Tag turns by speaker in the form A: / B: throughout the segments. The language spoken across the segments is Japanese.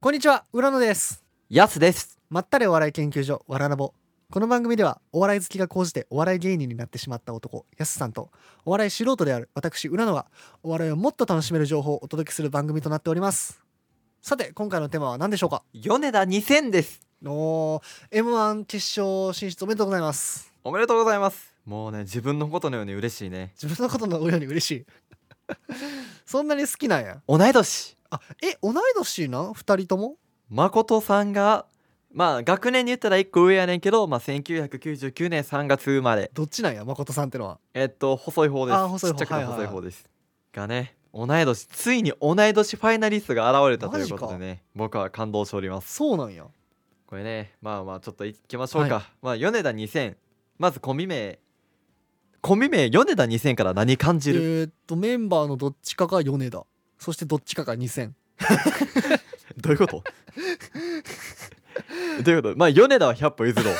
A: こんにちは浦野です
B: やすです
A: まったれお笑い研究所わらなぼこの番組ではお笑い好きが高じてお笑い芸人になってしまった男やすさんとお笑い素人である私浦野がお笑いをもっと楽しめる情報をお届けする番組となっておりますさて今回のテーマは何でしょうか
B: 米田2000です
A: おー M1 決勝進出おめでとうございます
B: おめでとうございますもうね自分のことのように嬉しいね
A: 自分のことのように嬉しい そんなに好きなんや
B: 同い年
A: あえ同い年なん2人とも
B: 誠さんがまあ学年に言ったら1個上やねんけど、まあ、1999年3月生まれ
A: どっちなんや誠さんってのは
B: えっと細い方です
A: あ細い方
B: ちっちゃくて
A: はいは
B: 細
A: い
B: い
A: はい
B: 方です、がね同い年ついに同い年ファイナリストが現れたということでね僕は感動しております
A: そうなんや
B: これねまあまあちょっといきましょうか、
A: は
B: まあ米田2000まずコンビ名コンビ名米田2000から何感
A: え
B: じる、
A: ーっとメンバーのどっちかが米田そしてどっちかが2000
B: どういうことどういうことまあ米田は100歩譲ろう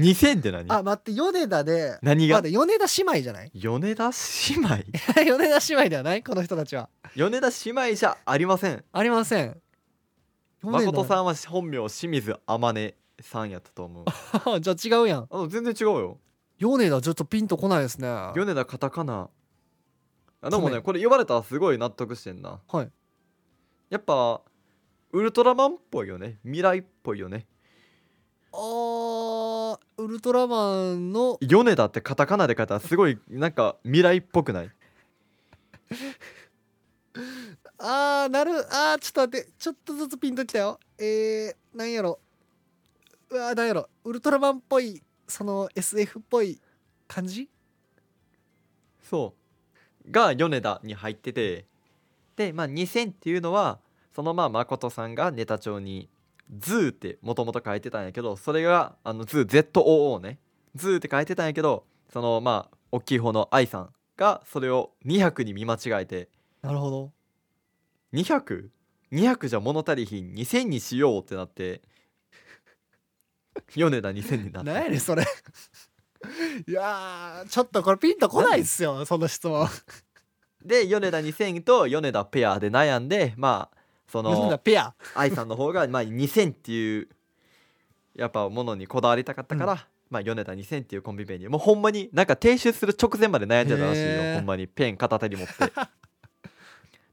B: 2000って何
A: あ待って米田で
B: 何
A: ま
B: が
A: だ米田姉妹じゃない
B: 米田姉妹
A: 米田姉妹ではないこの人たちは
B: 米田姉妹じゃありません
A: ありません
B: 誠さ
A: ん
B: んは本名清水天音さんやったと思う
A: じゃあ違うやん
B: あの全然違うよ
A: 米田ちょっとピンとこないですね
B: 米田カタカナあでも
A: ごめ
B: ね
A: ん
B: これ呼ばれたらすごい納得してんな
A: はい
B: やっぱウルトラマンっぽいよね未来っぽいよね
A: あーウルトラマンの
B: 米田ってカタカナで書いたらすごいなんか未来っぽくない
A: あーなるあーちょっと待ってちょっとずつピンときたよえー、なんやろうわーなんやろウルトラマンっぽいその SF っぽい感じ
B: そうが米田に入っててでまあ2000っていうのはそのまあ誠さんがネタ帳に「ズー」ってもともと書いてたんやけどそれがあの「ズー」ZOO ね「ズー」って書いてたんやけどそのまあ大きい方の愛さんがそれを200に見間違えて
A: なるほど
B: 200?200 じゃ物足りひん2000にしようってなって 米田2000になった
A: 何やねんそれ いやーちょっとこれピンとこないっすよその質問
B: で米田2000と米田ペアで悩んでまあそ
A: なんだ
B: の
A: ペア
B: 愛さんの方がまあ2000っていうやっぱものにこだわりたかったから、まあ米田2000っていうコンビ名にもうほんまになんか提出する直前まで悩んでたらしい
A: へー
B: よほんまにペン片手に 持って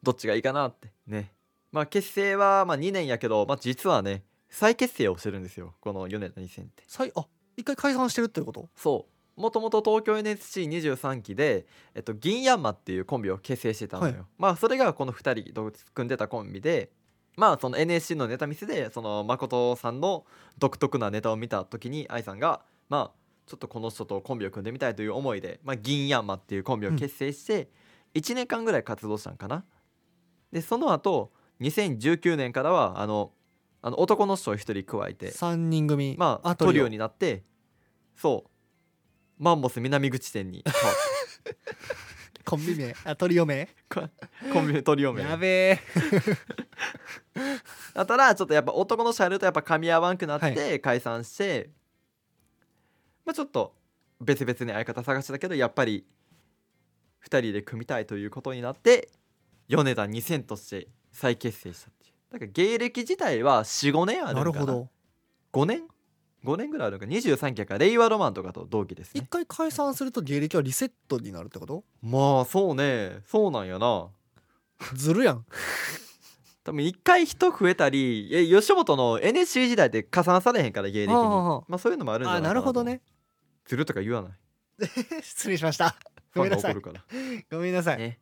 B: どっちがいいかなってねまあ結成はまあ2年やけど、まあ、実はね再結成をしてるんですよこの米田2000って。
A: さいあ一回解散してるってこと
B: そうもともと東京 NSC23 期で、えっと、銀ヤンマっていうコンビを結成してたのよ、
A: はい
B: まあそれがこの2人と組んでたコンビでまあその NSC のネタ見せでその誠さんの独特なネタを見た時に愛さんがまあちょっとこの人とコンビを組んでみたいという思いで、まあ、銀ヤンマっていうコンビを結成して1年間ぐらい活動したんかな、でその後2019年からはあのあの男の人を1人加えて
A: 三人組
B: まあトリオになってそうマンモス南口店 に
A: コンビ名あトリオ名
B: コンビニトリオ名
A: やべえ
B: だったらちょっとやっぱ男の人やるとやっぱ噛み合わんくなっ
A: は
B: て解散して、まあちょっと別々に相方探してたけどやっぱり2人で組みたいということになって米田2000として再結成したっていうだから芸歴自体は45年ある
A: なる
B: のか
A: ほ
B: な
A: ど
B: 5年5年ぐらいあるのか23期やから令和ロマンとかと同期ですね
A: 一回解散すると芸歴はリセットになるって こと
B: まあそうねそうなんやな
A: ずるやん
B: 多分一回人増えたりえ吉本の NSC 時代って加算されへんから芸歴に
A: はあはあはあ
B: まあそういうのもあるんじゃな
A: あ
B: いかな
A: なるほどね
B: ずるとか言わない
A: 失礼しました
B: フ
A: ご
B: ァ
A: めん
B: ンが
A: なさ
B: 怒
A: い
B: るから
A: ごめんなさい、
B: ね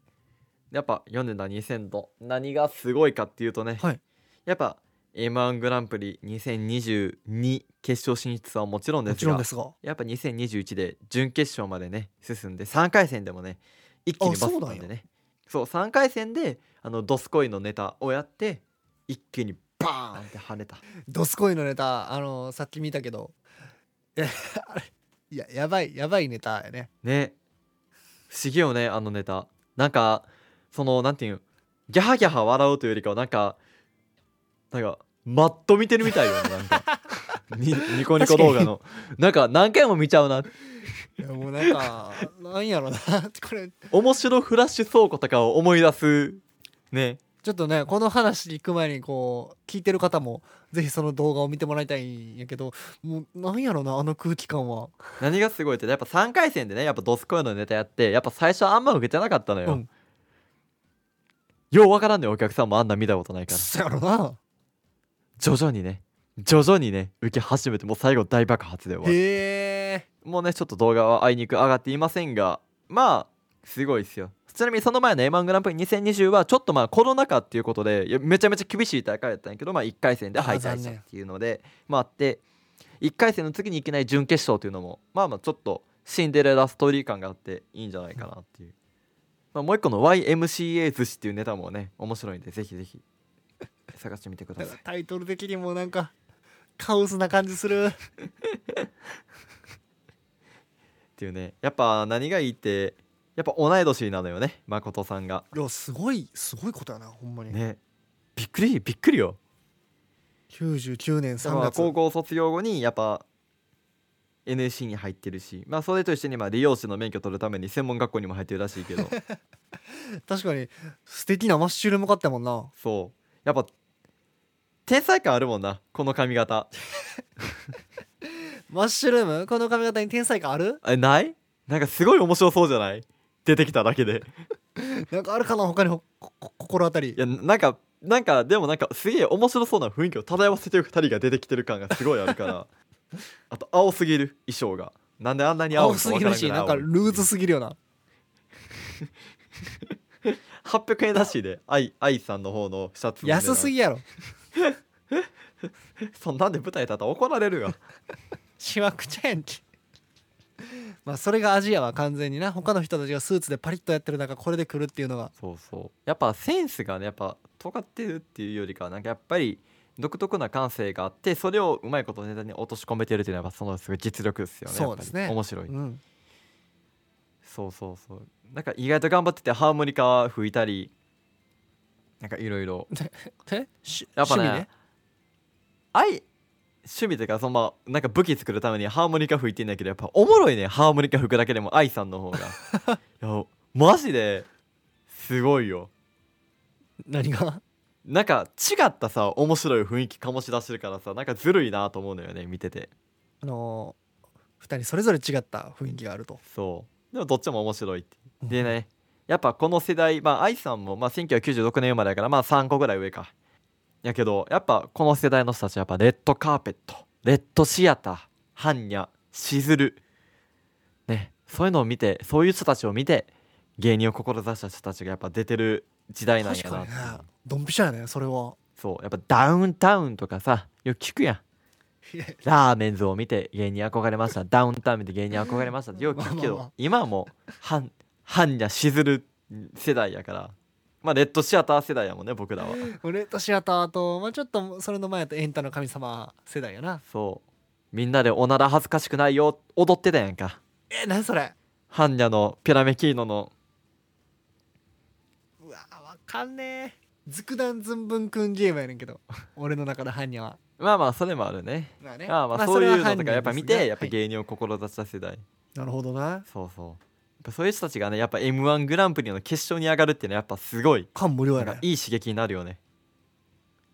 B: やっぱ米田2000の何がすごいかっていうとね、
A: はい
B: やっぱ m 1グランプリ2022決勝進出はもちろんで
A: も
B: す
A: ち
B: が
A: ろんですが
B: やっぱ2021で準決勝までね進んで3回戦でもね一気に
A: あ
B: バスった
A: そうんな
B: で
A: んや
B: ねそう3回戦であのドスコイのネタをやって一気にバーンって跳ねた
A: ドスコイのネタあのさっき見たけどいやあれいややばいやばいネタやね
B: ね不思議よねあのネタなんかそのなんていうんギャハギャハ笑うというよりかはなんかなんかマット見てるみたいよねなんか にニコニコ動画のなんか何回も見ちゃうない
A: やもうなんか なんやろなこれ
B: 面白フラッシュ倉庫とかを思い出すね
A: ちょっとねこの話行く前にこう聞いてる方もぜひその動画を見てもらいたいんやけどもうなんやろなあの空気感は
B: 何がすごいってやっぱ3回戦でねやっぱドスコイのネタやってやっぱ最初あんま受けてなかったのよ、
A: うん
B: ようわからんねお客さんもあんな見たことないから
A: そやろな
B: 徐々にね徐々にね受け始めてもう最後大爆発で終わる
A: へえ
B: もうねちょっと動画はあいにく上がっていませんがまあすごいですよちなみにその前の m 1グランプリ2020はちょっとまあコロナ禍っていうことでいやめちゃめちゃ厳しい大会だったんやけど、まあ、1回戦で敗
A: あ
B: 退
A: 残
B: したっ
A: 念
B: ていうのでまああって1回戦の次にいけない準決勝というのもまあまあちょっとシンデレラストーリー感があっていいんじゃないかなっていう、まあ、もう一個の YMCA 寿司っていうネタもね面白いんでぜひぜひ探してみてください
A: タイトル的にもなんかカオスな感じする
B: っていうねやっぱ何がいいってやっぱ同い年なのよね誠さんが
A: いやすごいすごいことやなほんまに、
B: ねびっくりびっくりよ
A: 99年3
B: まあ
A: 月
B: 高校卒業後にやっぱ NSC に入ってるしまあそれと一緒にまあ理容師の免許取るために専門学校にも入ってるらし いけど
A: 確かに素敵なマッシュルーム買ったもんな
B: そうやっぱ天才感あるもんなこの髪型
A: マッシュルームこの髪型に天才感ある
B: えないなんかすごい面白そうじゃない出てきただけで
A: なんかあるかな他にほここ心当たり
B: いやなんかなんかでもなんかすげえ面白そうな雰囲気を漂わせてる2人が出てきてる感がすごいあるから あと青すぎる衣装がなんであんなに青い
A: 青
B: の
A: すぎるしなんかルーズすぎるよな
B: 800円らしいで愛愛さんの方のシャツの値段
A: 安すぎやろ
B: そんなんで舞台立ったら怒られるよ
A: しわくちゃやんけ まあそれがアジアは完全にな他の人たちがスーツでパリッとやってる中これで来るっていうのが
B: そうそうやっぱセンスがねやっぱ尖ってるっていうよりかはなんかやっぱり独特な感性があってそれをうまいことネタに落とし込めてるっていうのはやっぱそのすごい実力ですよね
A: そうですね
B: やっぱり面白い、
A: うん
B: そうそうそうなんか意外と頑張っててハーモニカ吹いたりなんかいろいろ
A: えし
B: やっぱね
A: 趣味ね
B: 愛趣味というかそのまあなんか武器作るためにハーモニカ吹いてんだけどやっぱおもろいねハーモニカ吹くだけでも愛さんの方がいやマジですごいよ
A: 何が
B: なんか違ったさ面白い雰囲気醸し出してるからさなんかずるいなと思うのよね見てて
A: あのー、2人それぞれ違った雰囲気があると
B: そうでもどっちも面白いっていうでねやっぱこの世代まあ愛さんも、まあ、1996年生まれだからまあ3個ぐらい上かやけどやっぱこの世代の人たちはやっぱレッドカーペットレッドシアターハンニャシズルねそういうのを見てそういう人たちを見て芸人を志した人たちがやっぱ出てる時代なん
A: 確
B: や
A: か
B: なっ
A: に
B: て
A: ね
B: いう
A: ドンピシャやねそれは
B: そうやっぱダウンタウンとかさよく聞くやんラーメンズを見て芸人に憧れましたダウンタウン見て芸人に憧れましたってよく聞くけ
A: まあまあまあ
B: ど今はもうはんはんにゃしずる世代やからまあレッドシアター世代やもんね僕らは
A: 俺レッドシアターと、まあ、ちょっとそれの前やとエンタの神様世代やな
B: そうみんなでおなら恥ずかしくないよ踊ってたやんか
A: え何それ
B: はんにゃのピラメキーノの
A: うわわかんねえずくだんずんぶんくんゲームやねんけど俺の中の犯人は
B: まあまあそれもあるね
A: まあね
B: ああまあ
A: そ
B: そう
A: れ
B: い
A: は
B: うのとかやっぱ見てやっ
A: 犯人で
B: ぱ
A: すが
B: 芸人を志した世代
A: はいなるほどな
B: そうそうやっぱそういう人たちがねやっぱ m 1グランプリの決勝に上がるってねやっぱすごい
A: 感無量や
B: なん
A: ね
B: かいい刺激になるよね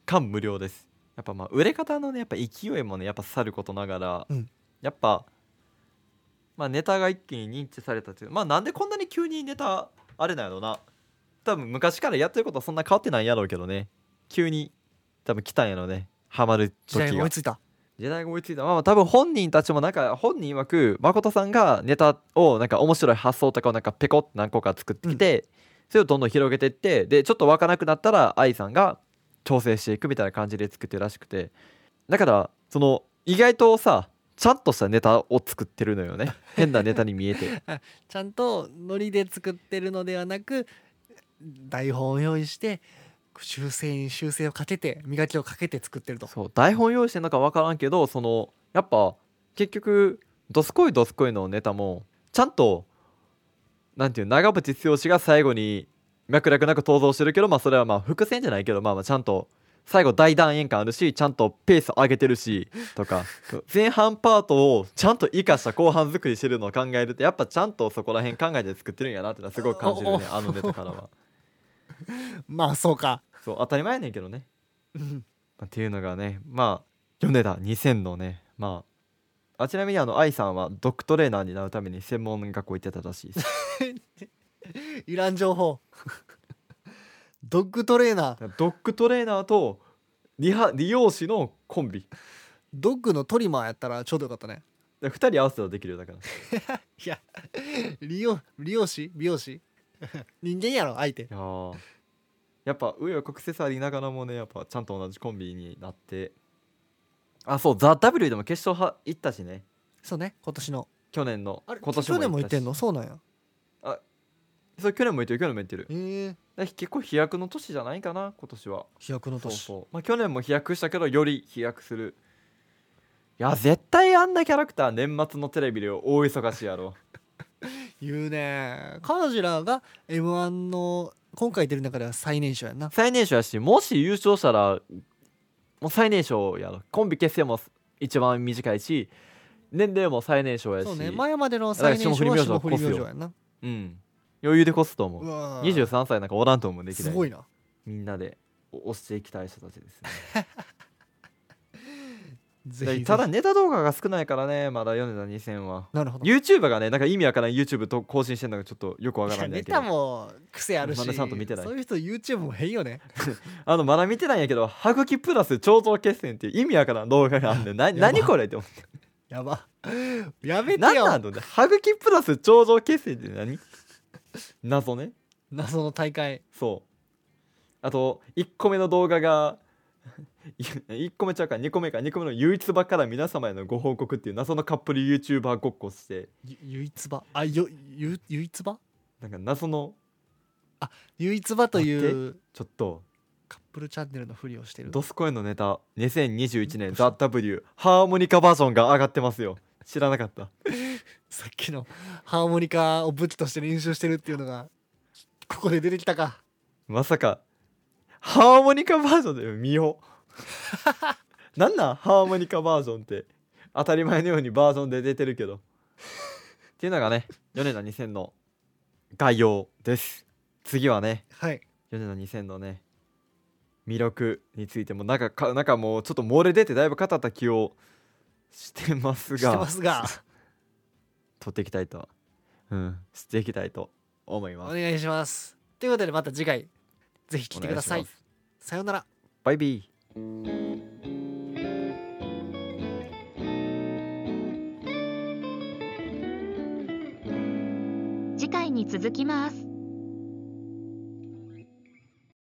B: 感無量ですやっぱまあ売れ方のねやっぱ勢いもねやっぱさることながら、
A: うん
B: やっぱまあネタが一気に認知されたっていうまあなんでこんなに急にネタあれなんやろうな多分昔からやってることはそんな変わってないんやろうけどね急に多分来たんやろうねハマる
A: 時
B: 時
A: 代が追
B: が
A: いついた
B: 時代が追いついたまあまあ多分本人たちもなんか本人曰く誠さんがネタをなんか面白い発想とかをなんかペコって何個か作ってきて、それをどんどん広げてってでちょっと湧かなくなったら愛さんが調整していくみたいな感じで作ってるらしくてだからその意外とさちゃんとしたネタを作ってるのよね変なネタに見えて
A: ちゃんとノリで作ってるのではなく台本を用意して修正に修正をかけて磨きをかけて作ってると
B: そう台本用意してんのか分からんけどそのやっぱ結局どすこいどすこいのネタもちゃんとなんていう長渕剛が最後に脈絡なく登場してるけどまあそれはまあ伏線じゃないけどまあまあちゃんと最後大断円感あるしちゃんとペース上げてるしとかそう前半パートをちゃんと生かした後半作りしてるのを考えるとやっぱちゃんとそこら辺考えて作ってるんやなってのはすごく感じるね
A: おお
B: あのネタからは。
A: まあそうか
B: そう当たり前やねんけどね、
A: うん
B: まあっていうのがねまあ米田2000のねまああちなみにあの愛さんはドッグトレーナーになるために専門学校行ってたらしいです
A: いらん情報 ドッグトレーナー
B: ドッグトレーナーと理は理容師のコンビ
A: ドッグのトリマーやったらちょうどよかったね
B: 2人合わせたらできるよだから
A: いや利用利用師美容師 人間やろ相手
B: いやーやっぱ紆余曲折ありながらもねやっぱちゃんと同じコンビになってあそう「ザ・ w でも決勝は行ったしね
A: そうね今年の
B: 去年の
A: あれ
B: 今年
A: 去年も
B: 行
A: 行ってんの
B: し
A: そうなんや
B: そう去年も行ってる去年も行ってるだか
A: ええ
B: ら結構飛躍の年じゃないかな今年は
A: 飛躍の
B: そう
A: 年
B: そう、まあ、去年も飛躍したけどより飛躍するいや絶対あんなキャラクター年末のテレビで大忙しいやろ
A: 言うね彼女らが m 1の今回出る中では最年少やんな
B: 最年少やしもし優勝したらもう最年少やろコンビ結成も一番短いし年齢も最年少やし
A: そうね前までの最年少
B: だ
A: は
B: から
A: 霜
B: 霜降
A: 降
B: り
A: り明
B: 明星
A: 星やんな
B: うん余裕で越すと思
A: う
B: う
A: わー
B: 23歳なんかおらんと思うでき
A: す
B: ない
A: ごいな
B: みんなでお押していきたい人たち ですね
A: ぜひぜ
B: で
A: ひ
B: ただネタ動画が少ないからねまだ米田2000は
A: なるほど
B: YouTuber がねなんか意味わからん YouTube と更新してんのがちょっとよくわから
A: いや
B: んね
A: ネ
B: んけど
A: タも癖あるし、
B: まだちゃんと見てない
A: そういう人 YouTube も変よね
B: あのまだ見てないんやけど「はぐきプラス頂上決戦」っていう意味わからん動画があんねんな
A: やば
B: 何これって思って
A: やば やめて
B: 何
A: よ
B: なんだろうねはぐきプラス頂上決戦って何謎ね
A: 謎の大会
B: そうあと1個目の動画が1個目ちゃうか2個目か2個目の唯一場から皆様へのご報告っていう謎のカップル YouTuber ごっこして
A: ゆゆいつばあよゆゆいつば
B: なんか謎の
A: ゆいつばという
B: ちょっと
A: カップルチャンネルのふりをしてる
B: ドスコイのネタ2021年「THEW」ハーモニカバージョンが上がってますよ知らなかった
A: さっきのハーモニカを武器として練習してるっていうのがここで出てきたか
B: まさかハーモニカバージョンだよ見 ようなんなんハーモニカバージョンって当たり前のようにバージョンで出てるけどっていうのがね米田2000の概要です次はね
A: はい
B: 米田2000のね魅力についてもなんかかなんかもうちょっと漏れ出てだいぶ語った気をしてます
A: して
B: が
A: ます が
B: 取っていきたいとうんしていきたいと思い
A: お
B: ます
A: 願いしますということでまた次回ぜひ来てくださ
B: お願
A: い
B: します
A: さようなら
B: バイビー
C: 次回に続きます。